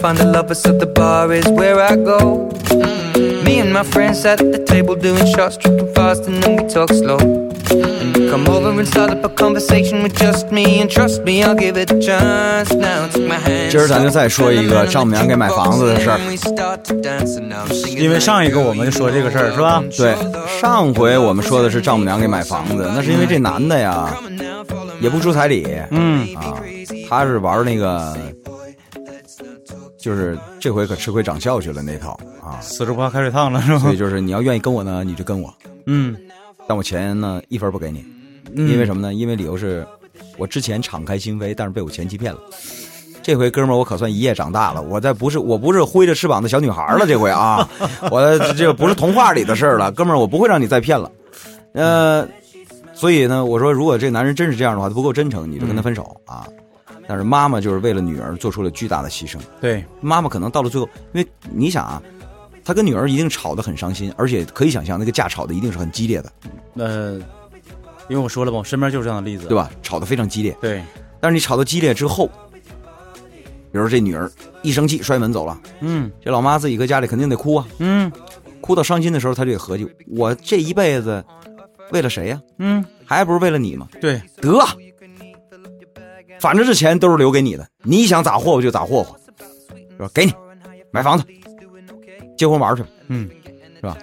find the lovers of the bar is where I go. Me and my friends at the table doing shots, tripping fast, and then we talk slow. And you come over and start up a conversation with just me, and trust me, I'll give it a chance. Now take my hand. 今儿咱就再说一个丈母娘给买房子的事儿 And we start to dance, and I'm singing 因为上一个我们就说这个事儿是吧？对，上回我们说的是丈母娘给买房子，那是因为这男的呀也不出彩礼，嗯啊，他是玩那个，就是这回可吃亏长教训了那套啊，死猪不怕开水烫了是所吧以？就是你要愿意跟我呢，你就跟我，嗯，但我钱呢一分不给你，嗯因为什么呢？因为理由是我之前敞开心扉，但是被我前妻骗了。这回哥们儿，我可算一夜长大了。我再不是我不是挥着翅膀的小女孩了，这回 啊，我这这不是童话里的事儿了，哥们儿，我不会让你再骗了。呃，所以呢，我说如果这男人真是这样的话，他不够真诚，你就跟他分手啊。但是妈妈就是为了女儿做出了巨大的牺牲。对，妈妈可能到了最后，因为你想啊，他跟女儿一定吵得很伤心，而且可以想象那个架吵的一定是很激烈的，呃，因为我说了嘛，我身边就是这样的例子，对？吧？吵得非常激烈。对，但是你吵到激烈之后，比如说这女儿一生气摔门走了，嗯这老妈自己搁家里肯定得哭啊，嗯哭到伤心的时候，她就得合计，我这一辈子为了谁呀、嗯，还不是为了你吗？对，得，啊反正这钱都是留给你的，你想咋霍霍就咋霍霍，是吧？给你买房子，结婚玩去吧，嗯是吧？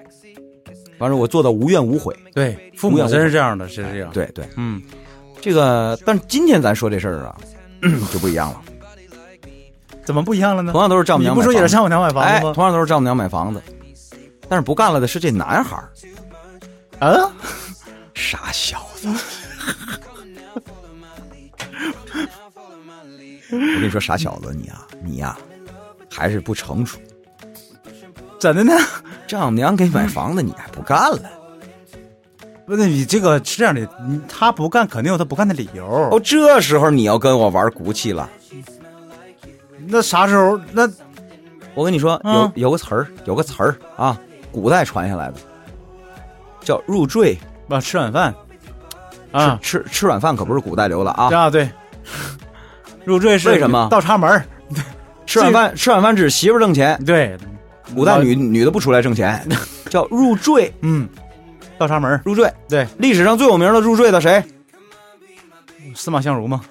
反正我做到无怨无悔。对，父母真是这样的，是这样，，对对，嗯这个，但是今天咱说这事儿啊， 就不一样了。怎么不一样了呢同？样都是丈母你娘不买房子，说也是丈母娘买哎，房子吗？同样都是丈母娘买房子，但是不干了的是这男孩儿，啊，傻小子。 我跟你说，傻小子，你啊，你呀、还是不成熟。怎的呢？丈母娘给买房子，你还不干了？不是你这个是这样的，你他不干肯定有他不干的理由。哦，这时候你要跟我玩骨气了。那啥时候？那我跟你说，有嗯有个词儿，有个词儿啊，古代传下来的，叫入赘。啊，吃软饭啊吃吃吃软饭可不是古代留的啊，啊，对，入赘是为什么倒插门儿吃软饭吃软饭指媳妇儿挣钱，对，古代女女的不出来挣钱，叫入赘。嗯，倒插门儿入赘，对，历史上最有名的入赘的谁？司马相如嘛，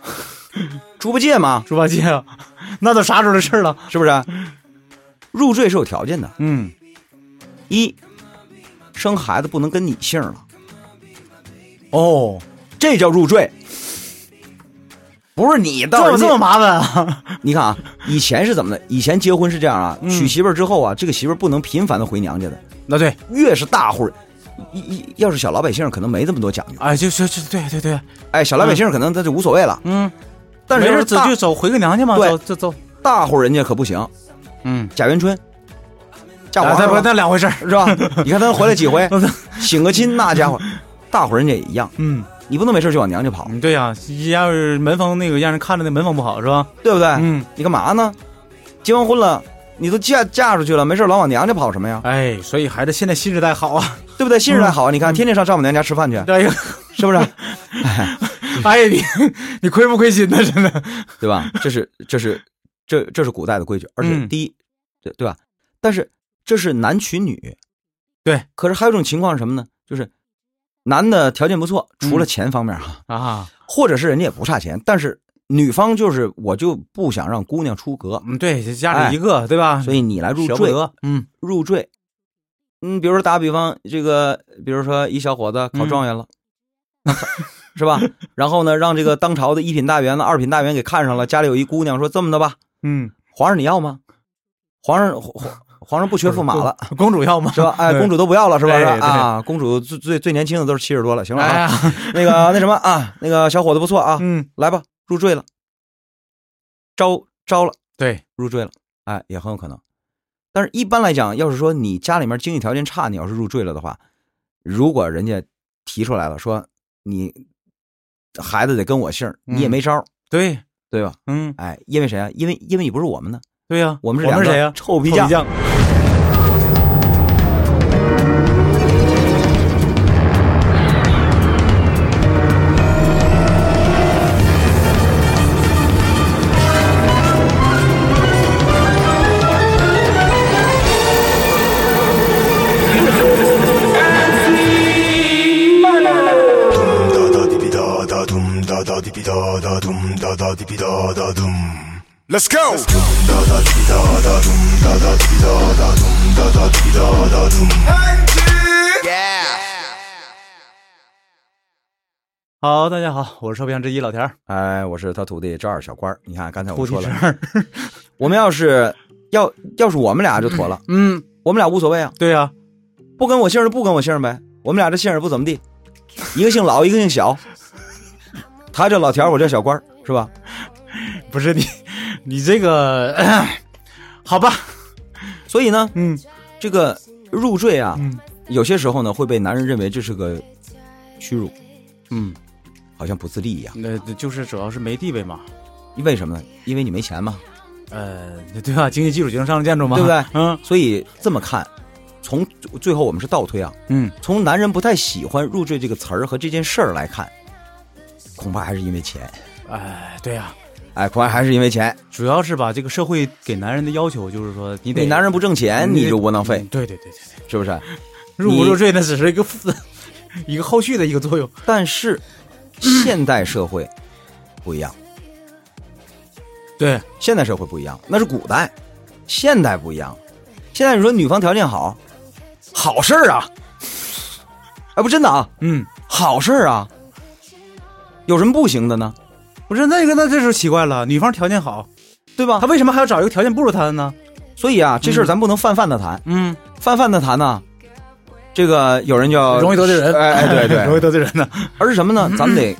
猪八戒嘛，猪八戒啊， 那都啥时候的事儿了？是不是？入赘是有条件的，嗯，一，生孩子不能跟你姓了，哦，这叫入赘。不是你这到么人家这么麻烦嗯啊？你看啊，以前是怎么的？以前结婚是这样啊，娶媳妇儿之后啊，这个媳妇儿不能频繁的回娘家的， 那对，越是大户儿，一一要是小老百姓儿可能没这么多讲究，哎，就就就对对对，哎，小老百姓儿可能他就无所谓了，嗯，但是没要事是走大就走，回个娘家嘛，对走就走，大户儿人家可不行，嗯，贾元春，嫁啊我那不那两回事儿，是吧？你看他回来几 回，醒个亲，那家伙，大伙儿人家也一样，嗯，你不能没事就往娘家跑，对呀，要是门风那个让人看着那门风不好是吧？对不对？嗯，你干嘛呢？结完婚了，你都嫁嫁出去了，没事老往娘家跑什么呀？哎，所以孩子现在新时代好啊，对不对？信任还好啊，你嗯看天天上丈母娘家吃 饭去，哎呀， 是不是？哎呀，你你亏不亏心呢？真的，对吧？这是这是这这是古代的规矩，而且嗯第一，对对吧？但是这是男娶女，对。可是还有一种情况是什么呢？就是男的条件不错，嗯除了钱方面哈、啊，或者是人家也不差钱，但是女方就是我就不想让姑娘出格，嗯，对，这家里一个，对吧？哎所以你来入舍不赘，得，嗯入赘。嗯，比如说打比方，这个比如说一小伙子考嗯状元了，是吧？然后呢，让这个当朝的一品大员呢、二品大员给看上了，家里有一姑娘说这么的吧，嗯，皇上你要吗？皇上皇皇皇上不缺驸马了。公主要吗？是吧？哎，公主都不要了，是吧？对是吧对啊，公主最最最年轻的都是七十多了，行了 哎啊。呀，那个那什么啊，那个小伙子不错啊，嗯，来吧，入赘了，招招了，对，入赘了，哎，也很有可能。但是，一般来讲，要是说你家里面经济条件差，你要是入赘了的话，如果人家提出来了，说你孩子得跟我姓儿，你也嗯没招儿，对，对吧？嗯，哎，因为谁啊？因为因为你不是我们的，对呀，我们是我两们个谁呀？臭皮臭匠皮匠， Hãy subscribe cho kênh Ghiền Mì Gõ Để không bỏ lỡ Let's go. 好，大家好，我是臭皮匠之一老田儿，哎，我是他徒弟赵二小官儿你看刚才我菩提说之了，儿。我们要是要要是我们俩就妥了，嗯，我们俩无所谓啊，对呀、不跟我姓儿就不跟我姓儿呗，我们俩这姓儿也不怎么地，一个姓老，一个姓小，他叫老田儿，我叫小官儿是吧？不是你，你这个，咳好吧，所以呢，嗯这个入赘啊，嗯有些时候呢会被男人认为这是个屈辱，嗯，好像不自立一样。那那就是主要是没地位嘛，为什么呢？因为你没钱嘛。呃，对吧？经济基础决定上层建筑嘛，对不对？嗯所以这么看，从最后我们是倒推啊，嗯，从男人不太喜欢“入赘”这个词儿和这件事儿来看，恐怕还是因为钱。哎、对呀、哎，恐怕还是因为钱。主要是吧，这个社会给男人的要求就是说，你得你男人不挣钱，你就窝囊废嗯，对对对对对，是不是？入不入赘那只是一个附 一个后续的一个作用。但是现代社会不一样，对，现代社会不一样，那是古代，现代不一样。现在你说女方条件好，好事儿啊，哎，不真的啊，嗯，好事儿啊，有什么不行的呢？不是那个，那这时候奇怪了，女方条件好，对吧她？为什么还要找一个条件不如她的呢？所以啊，这事儿咱不能泛泛的谈，嗯，泛泛的谈呢，这个有人叫容易得罪人，哎 哎对容对，易得罪人呢。而是什么 呢？咱们得，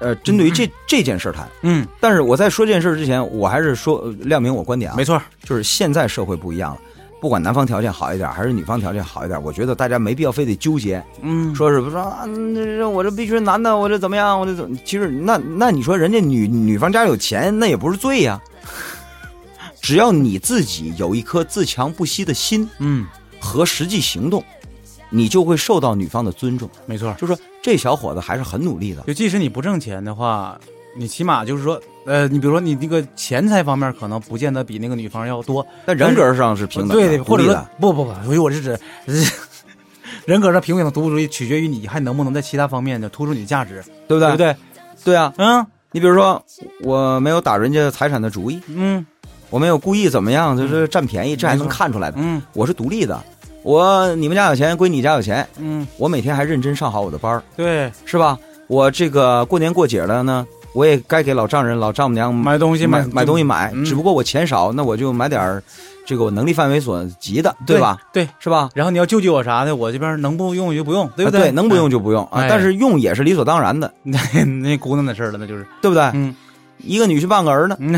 呃，针对于这这件事儿谈。嗯，但是我在说这件事儿之前，我还是说呃亮明我观点啊，没错，就是现在社会不一样了，不管男方条件好一点还是女方条件好一点，我觉得大家没必要非得纠结，嗯，说是不说啊，那这我这必须是男的，我这怎么样，我这怎么？其实那那你说人家女女方家有钱，那也不是罪呀、只要你自己有一颗自强不息的心嗯，和实际行动，你就会受到女方的尊重。没错。就说这小伙子还是很努力的，就即使你不挣钱的话，你起码就是说，呃，你比如说你那个钱财方面可能不见得比那个女方要多，但人格上是平等的，对对，独或者立的说不不不，所以我是指 人格上平等的独不独立，取决于你还能不能在其他方面呢突出你的价值，对不对？对不对？对啊，嗯你比如说我没有打人家财产的主意，嗯我没有故意怎么样，就是占便宜，这还能没错看出来的。嗯我是独立的，我你们家有钱归你家有钱，嗯，我每天还认真上好我的班儿，对，是吧？我这个过年过节了呢，我也该给老丈人、老丈母娘买东西买买东西，买，嗯只不过我钱少，那我就买点儿这个我能力范围所及的，对吧？？对。是吧？然后你要救济我啥的，我这边能不用就不用，对不啊对？能不用就不用啊，哎但是用也是理所当然的， 那那姑娘的事儿了，那就是 对不对？嗯一个女婿半个儿呢，嗯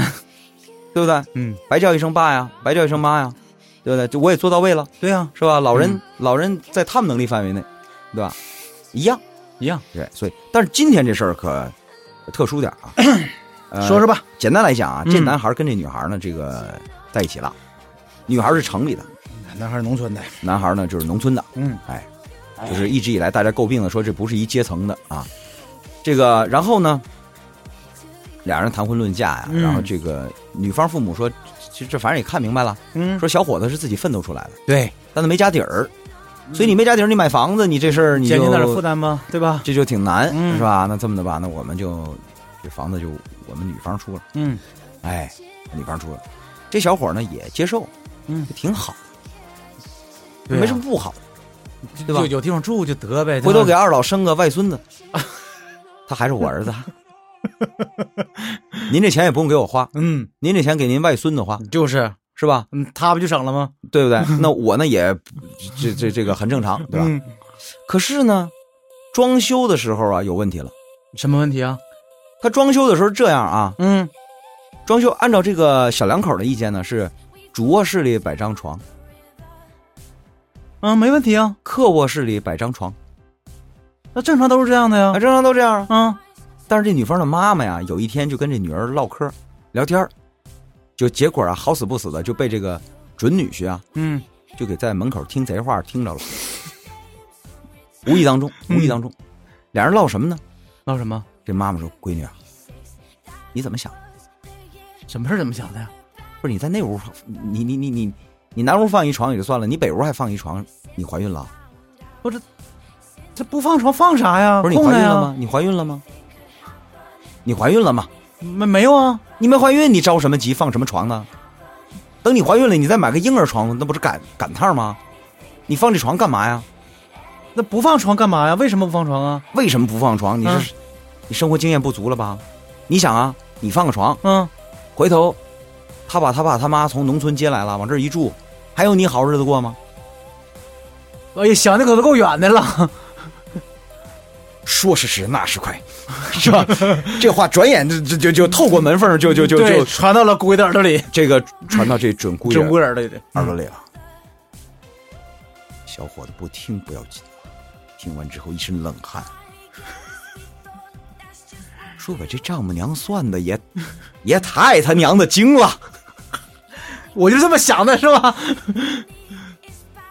对不对？嗯，白叫一声爸呀，白叫一声妈呀，对不对？就我也做到位了，对呀，是吧？老人、嗯老人在他们能力范围内，对吧？一样。一样。对，所以但是今天这事儿可特殊点儿 啊。呃说说吧，简单来讲啊，嗯这男孩跟这女孩呢，这个在一起了。女孩是城里的，男孩儿农村的，男孩呢就是农村的，哎嗯就是一直以来大家诟病的说这不是一阶层的啊。这个，然后呢，俩人谈婚论嫁呀、嗯然后这个女方父母说，其实这反正也看明白了，嗯，说小伙子是自己奋斗出来的，对，但他没家底儿，嗯所以你没家底儿，你买房子，你这事儿你减轻点就负担吧，对吧？这就挺难，嗯是吧？那这么的吧，那我们就这房子就我们女方出了，嗯哎，女方出了，这小伙呢也接受，嗯，挺好，对啊没什么不好。对吧就有地方住就得呗，回头给对吧二老生个外孙子，他还是我 儿子。您这钱也不用给我花，嗯，您这钱给您外孙子花，就是，是吧？嗯，他不就省了吗？对不对？ 那我呢也，这这这个很正常，对吧？嗯可是呢，装修的时候啊有问题了。什么问题啊？他装修的时候这样啊，嗯，装修按照这个小两口的意见呢，是主卧室里摆张床，啊，没问题啊，客卧室里摆张床，那正常都是这样的啊，呀。正常都这样啊。嗯，但是这女方的妈妈呀，有一天就跟这女儿唠嗑聊天儿就结果啊，好死不死的就被这个准女婿啊，嗯，就给在门口听贼话听着了，无意当中，无意当中，俩人唠什么呢？唠什么？这妈妈说：“闺女啊，你怎么想？什么事儿怎么想的呀？不是你在那屋，你你你你你南屋放一床也就算了，你北屋还放一床，你怀孕了啊？这不放床放啥呀？不是你啊空怀的孕呀了？吗？你怀孕了吗？你怀孕了吗？没没有啊？你没怀孕，你着什么急放什么床呢？等你怀孕了，你再买个婴儿床，那不是赶赶趟吗？你放这床干嘛呀？那不放床干嘛呀？为什么不放床啊？为什么不放床？你嗯是、你生活经验不足了吧？你想啊，你放个床，嗯，回头他把他爸他妈从农村接来了，往这儿一住，还有你好日子过吗？哎呀，想的可都够远的了。说时迟，那时快， 是 吧？这话转眼就就就就透过门缝儿就就就对就传到了姑爷的耳朵里，这个传到这准姑爷整姑爷耳朵里。耳朵里了。小伙子不听不要紧，听完之后一身冷汗。说我这丈母娘算的也也太他娘的精了，我就这么想的，是吧？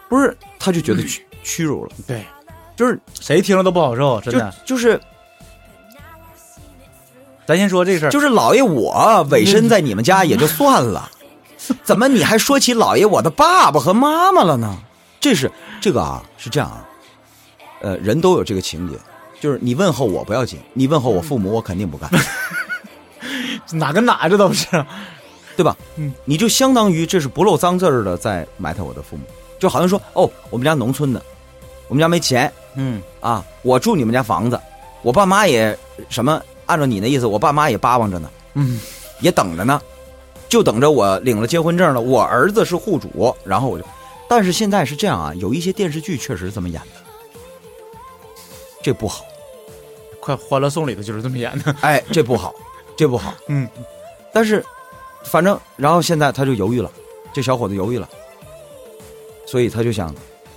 不是？他就觉得屈屈辱了，对，就是谁听了都不好受，真就的。啊就是咱先说这个事儿，就是老爷我委身在你们家也就算了，怎么你还说起老爷我的爸爸和妈妈了呢？这是这个啊，是这样啊，呃，人都有这个情节，就是你问候我不要紧，你问候我父母我肯定不干，哪跟哪这都是。对吧？嗯，你就相当于这是不漏脏字儿的在埋汰我的父母，就好像说哦，我们家农村的，我们家没钱嗯，啊，我住你们家房子，我爸妈也什么，按照你那意思，我爸妈也巴望着呢，嗯，也等着呢，就等着我领了结婚证了，我儿子是户主，然后我就，但是现在是这样啊，有一些电视剧确实这么演的，这不好，快《欢乐颂》里头就是这么演的。 哎，这不好，这不好，嗯，但是反正然后现在他就犹豫了，这小伙子犹豫了，所以他就想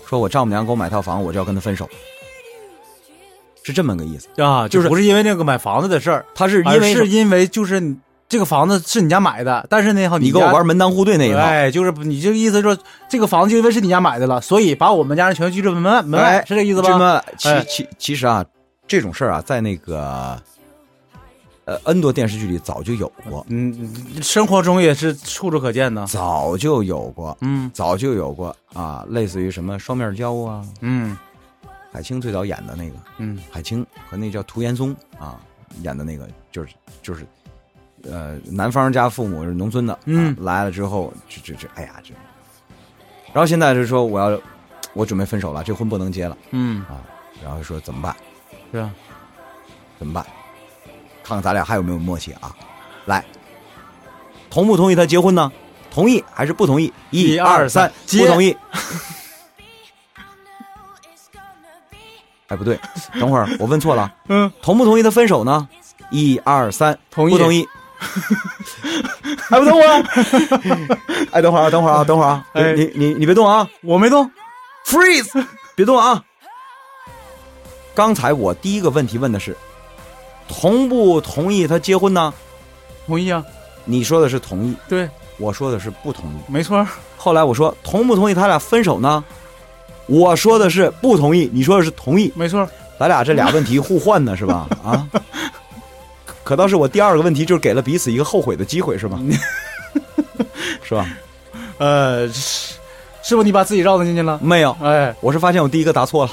说，我丈母娘给我买套房，我就要跟他分手，是这么个意思。啊，就是不是因为那个买房子的事儿，他是因而为是因为就是你这个房子是你家买的，但是呢，好你跟家我玩门当户对那一套，哎，就是你这个意思说，这个房子就因为是你家买的了，所以把我们家人全拒之门外，门外哎是这意思这吧？么哎其其其实啊，这种事儿啊，在那个呃 N 多电视剧里早就有过，嗯，生活中也是处处可见的。早就有过，嗯早就有过啊，类似于什么双面胶啊，嗯海清最早演的那个，嗯海清和那叫涂岩松啊演的那个，就是就是。呃，南方家父母是农村的，嗯啊来了之后，这这这，哎呀，这，然后现在就说我要，我准备分手了，这婚不能结了嗯，啊，然后说怎么办？是吧？怎么办？看看咱俩还有没有默契啊！来，同不同意他结婚呢？同意还是不同意？一一二三三，结不同意。哎，不对，等会儿我问错了。嗯，同不同意他分手呢？一二三，同意不同意？哎，不等会儿，哎，等会儿啊，等会儿啊，等会儿啊，哎你你你你别动啊 我没动。 ，freeze，别动啊！刚才我第一个问题问的是，同不同意他结婚呢？同意啊，你说的是同意，对，我说的是不同意。没错儿，后来我说同不同意他俩分手呢？我说的是不同意，你说的是同意，没错儿。咱俩这俩问题互换呢是吧？啊，可可倒是我第二个问题就是给了彼此一个后悔的机会是吧？是吧？呃，是是不是你把自己绕进去了？没有，哎，我是发现我第一个答 错了，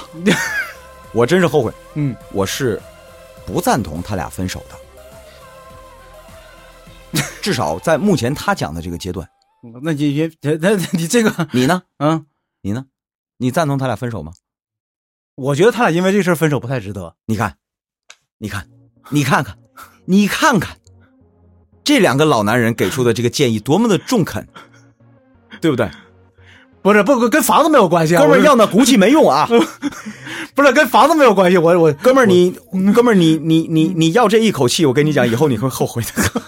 我真是后悔，嗯，我是不赞同他俩分手的，至少在目前他讲的这个阶 段，那也也那那你这个，你呢？嗯，你呢？你赞同他俩分手吗？我觉得他俩因为这事儿分手不太值得。你看，你看，你看看，你看看，这两个老男人给出的这个建议多么的中肯，对不对？不是不跟房子没有关系啊，哥们儿我要 那骨气没用啊！不是跟房子没有关系，我我哥们儿你，哥们儿你你你你要这一口气，我跟你讲，以后你会后悔 的。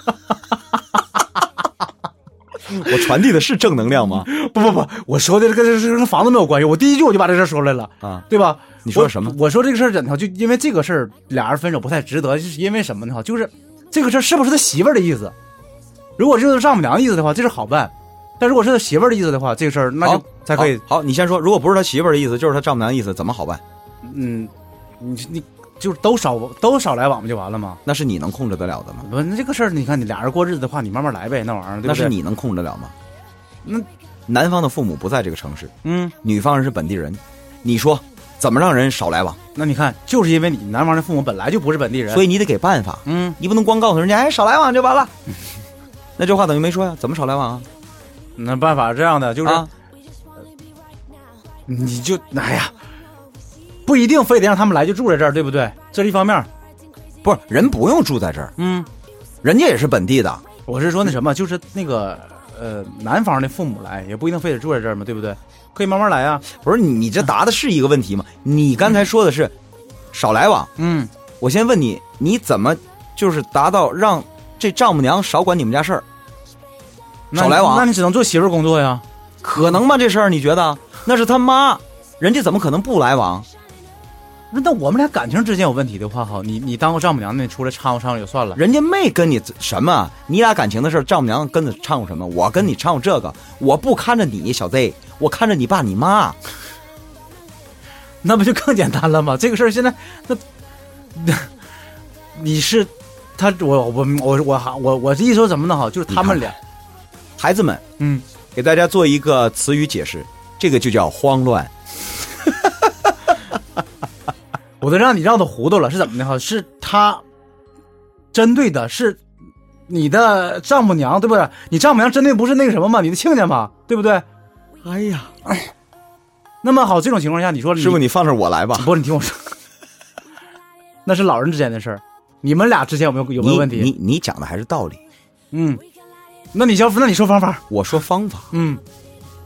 我传递的是正能量吗？不不不，我说的这个这是跟房子没有关系，我第一句我就把这事儿说出来了，啊，对吧？你说的什么我？我说这个事儿怎么就因为这个事儿俩人分手不太值得，就是因为什么呢？就是这个事儿是不是他媳妇儿的意思？如果这是丈母娘的意思的话，这事儿好办；但如果是他媳妇儿的意思的话，这个事儿那就好才可以。好。好你先说，如果不是他媳妇儿的意思，就是他丈母娘的意思，怎么好办？嗯，你你就是都少都少来往不就完了吗？那是你能控制得了的吗？不，那这个事儿你看，你俩人过日子的话，你慢慢来呗，那玩意儿对不那对是，你能控制得了吗？那男方的父母不在这个城市，嗯女方人是本地人，你说怎么让人少来往？那你看，就是因为你男方的父母本来就不是本地人，所以以你得给办法，嗯，你不能光告诉人家，哎，少来往就完 了。那这话等于没说呀？怎么少来往啊？那办法是这样的，就是、啊，你就哎呀，不一定非得让他们来就住在这儿，对不对？这是一方面，不是，人不用住在这儿，嗯，人家也是本地的。我是说那什么，就是那个呃，男方的父母来也不一定非得住在这儿嘛，对不对？可以慢慢来啊，不是你你这答的是一个问题吗？你刚才说的是少来往，嗯，我先问你，你怎么就是达到让这丈母娘少管你们家事儿？那少来往那你只能做媳妇儿工作呀。可能吗？这事儿你觉得？那是他妈，人家怎么可能不来往？那那我们俩感情之间有问题的话，哈，你你当过丈母娘的，你出来掺和掺和就算了。人家没跟你什么，你俩感情的事儿，丈母娘跟着掺和什么？我跟你掺和这个，我不看着你小 Z，我看着你爸你妈。那不就更简单了吗？这个事儿现在，那你是他，我我我我还我我这意思说什么呢？哈，就是他们俩，孩子们，嗯，给大家做一个词语解释，这个就叫慌乱。我都让你绕到糊涂了，是怎么的？哈，是他针对的是你的丈母娘，对不对？你丈母娘针对不是那个什么吗？你的亲家吗？对不对？哎呀，那么好，这种情况下，你说师傅，你放这儿我来吧。不是你听我说，那是老人之间的事儿，你们俩之间有没有有没有问你题？你你讲的还是道理，嗯，那你消，那你说方法，我说方法。嗯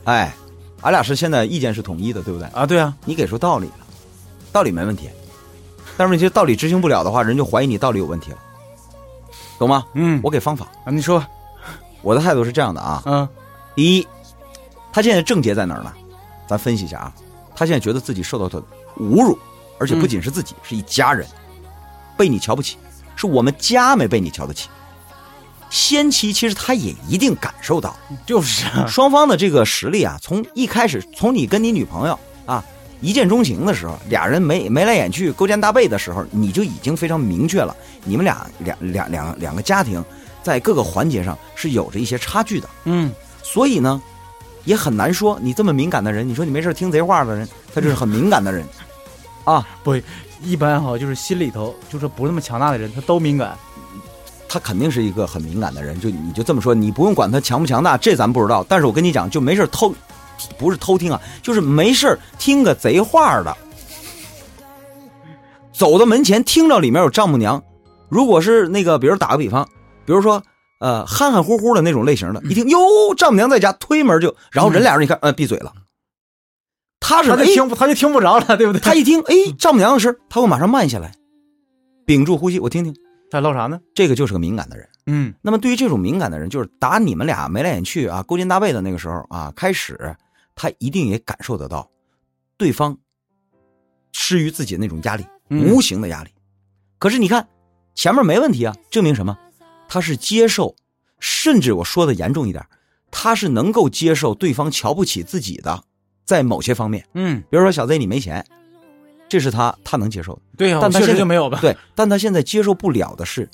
哎，俺俩是现在意见是统一的，对不对？啊，对啊，你给出道理了，道理没问题，但是问题是道理执行不了的话，人就怀疑你道理有问题了，懂吗？嗯，我给方法，啊，你说，我的态度是这样的啊：嗯第一，他现在症结在哪儿呢？咱分析一下啊，他现在觉得自己受到的侮辱，而且不仅是自己，是一家人被你瞧不起，是我们家没被你瞧得起。先期其实他也一定感受到，，就是啊，双方的这个实力啊，从一开始，从你跟你女朋友啊一见钟情的时候，俩人眉眉来眼去、勾肩搭背的时候，你就已经非常明确了，你们俩两两两两个家庭在各个环节上是有着一些差距的，嗯，所以呢，也很难说你这么敏感的人，你说你没事听贼话的人，他就是很敏感的人，啊，一般哈，就是心里头就是不那么强大的人，他都敏感，他肯定是一个很敏感的人，就你就这么说，你不用管他强不强大，这咱不知道。但是我跟你讲，就没事儿偷，不是偷听啊，就是没事儿听个贼话的。走到门前，听着里面有丈母娘，如果是那个，比如打个比方，比如说呃憨憨乎乎的那种类型的，一听哟丈母娘在家，推门就，然后人俩人一看，呃闭嘴了。他是他就哎听不，他就听不着了，对不 对？他一听哎丈母娘的声儿，他会马上慢下来，屏住呼吸，我听听，他唠啥呢？这个就是个敏感的人。嗯那么对于这种敏感的人，就是打你们俩眉来眼去啊、勾肩搭背的那个时候啊，开始他一定也感受得到对方施于自己的那种压力，嗯无形的压力。可是你看前面没问题啊，证明什么？他是接受，甚至我说的严重一点，他是能够接受对方瞧不起自己的，在某些方面，嗯，比如说小 Z 你没钱，这是他他能接受的。对呀、但他哦我确现实在就没有吧？对，但他现在接受不了的是，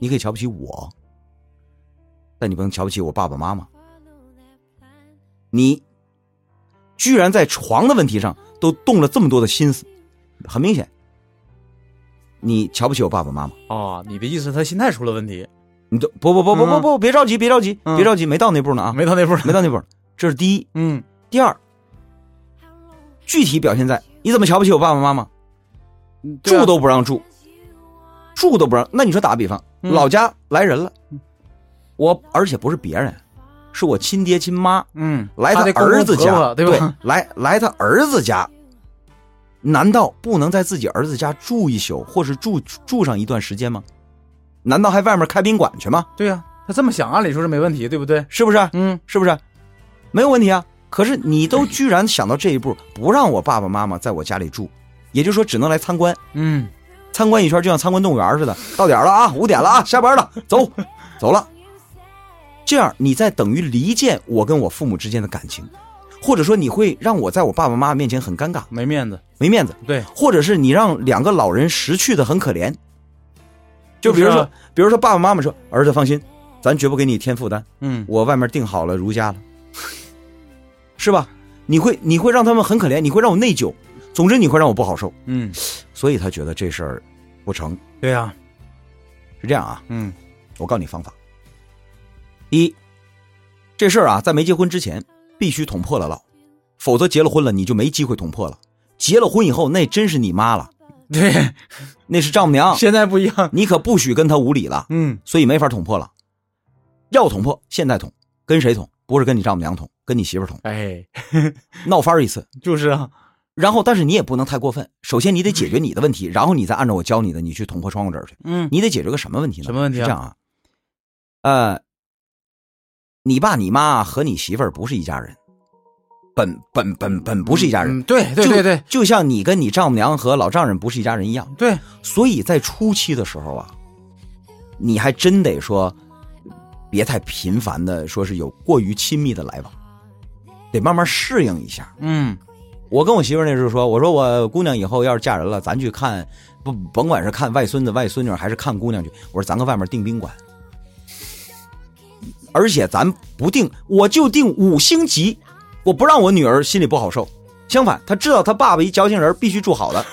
你可以瞧不起我，但你不能瞧不起我爸爸妈妈。你居然在床的问题上都动了这么多的心思，很明显，你瞧不起我爸爸妈妈。哦，你的意思他心态出了问题你都不不不不不嗯不，别着急，别着急，嗯别着急，没到那步呢啊，没到那步呢。没到那步呢。这是第一，嗯，第二，具体表现在你怎么瞧不起我爸爸妈妈？对啊住都不让住，住都不让。那你说打个比方，嗯老家来人了，我而且不是别人，是我亲爹亲妈嗯，来他的公公儿子婆家，婆对对吧？，来来他儿子家，难道不能在自己儿子家住一宿，或是住住上一段时间吗？难道还外面开宾馆去吗？对呀、啊他这么想，按理说是没问题，对不对？是不是？嗯，是不是？没有问题啊。可是你都居然想到这一步，不让我爸爸妈妈在我家里住，也就是说只能来参观。嗯，参观一圈，就像参观动物园似的。到点儿了啊，五点了啊，下班了，走，走了。这样你在等于离间我跟我父母之间的感情，或者说你会让我在我爸爸妈妈面前很尴尬、没面子。没面子，对，或者是你让两个老人识趣的很可怜。就比如就是说啊，比如说爸爸妈妈说：“儿子放心，咱绝不给你添负担，嗯，我外面订好了如家了，是吧？”你会你会让他们很可怜，你会让我内疚，总之你会让我不好受，嗯，所以他觉得这事儿不成。对啊呀、是这样啊，嗯我告诉你方法。一，这事儿啊，在没结婚之前必须捅破了唠，否则结了婚了你就没机会捅破了。结了婚以后，那真是你妈了，，对，那是丈母娘，现在不一样，你可不许跟她无理了。啊嗯所以没法捅破了。要捅破，现在捅，跟谁捅？不是跟你丈母娘捅，跟你媳妇儿捅，哎，闹翻儿一次。就是啊，然后，但是你也不能太过分。首先，你得解决你的问题，然后你再按照我教你的，你去捅破窗户纸去。嗯你得解决个什么问题呢？什么问题啊是这样啊，呃，你爸、你妈和你媳妇儿不是一家人，本本本本不是一家人。嗯，对对就对对就像你跟你丈母娘和老丈人不是一家人一样。对，所以在初期的时候啊，你还真得说，别太频繁的说是有过于亲密的来往，得慢慢适应一下。嗯我跟我媳妇儿那时候说，我说我姑娘以后要是嫁人了，咱去看，不甭管是看外孙子、外孙女，还是看姑娘去，我说咱搁外面订宾馆，而且咱不订，我就订五星级，我不让我女儿心里不好受。相反，她知道她爸爸一矫情人，必须住好的。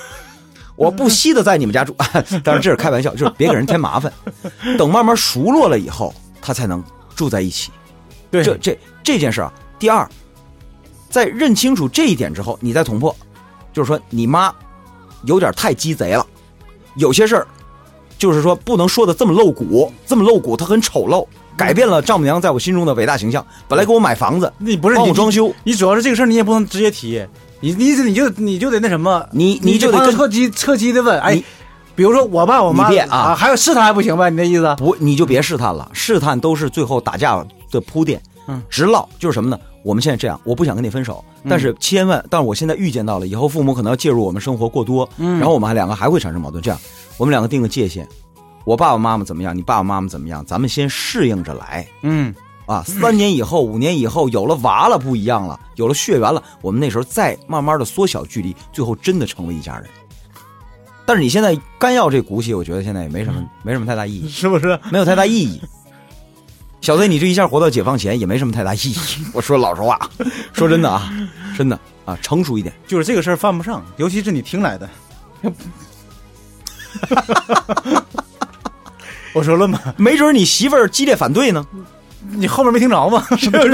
我不惜的在你们家住， 当然这是开玩笑，就是别给人添麻烦。等慢慢熟络了以后，她才能住在一起。对，这这这件事啊。第二，在认清楚这一点之后，你再捅破，就是说你妈有点太鸡贼了，有些事儿就是说不能说的这么露骨，这么露骨，她很丑陋，改变了丈母娘在我心中的伟大形象。本来给我买房子，你不是帮你我装修，你主要是这个事儿你也不能直接提，你你你就你就得那什么，你你就得帮跟侧击侧击的问，哎你，比如说我爸我妈你别啊还有试探还不行吧？你那意思？不，你就别试探了，试探都是最后打架的铺垫。嗯直唠就是什么呢？我们现在这样，我不想跟你分手，但是千万，但是我现在预见到了，以后父母可能要介入我们生活过多，嗯然后我们还两个还会产生矛盾。这样，我们两个定个界限，我爸爸妈妈怎么样，你爸爸妈妈怎么样，咱们先适应着来嗯，啊。三年以后，五年以后，有了娃了不一样了，有了血缘了，我们那时候再慢慢的缩小距离，最后真的成为一家人。但是你现在干要这骨气，我觉得现在也没什嗯么，没什么太大意义。是不是？没有太大意义。小崔，你这一下活到解放前也没什么太大意义。我说老实话，说真的啊，真的啊，成熟一点。就是这个事儿犯不上，尤其是你 听来的。我说了嘛，没准你媳妇儿激烈反对呢，你后面没听着吗？是不是？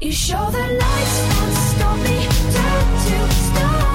You show the lights that stop me, turn to stone.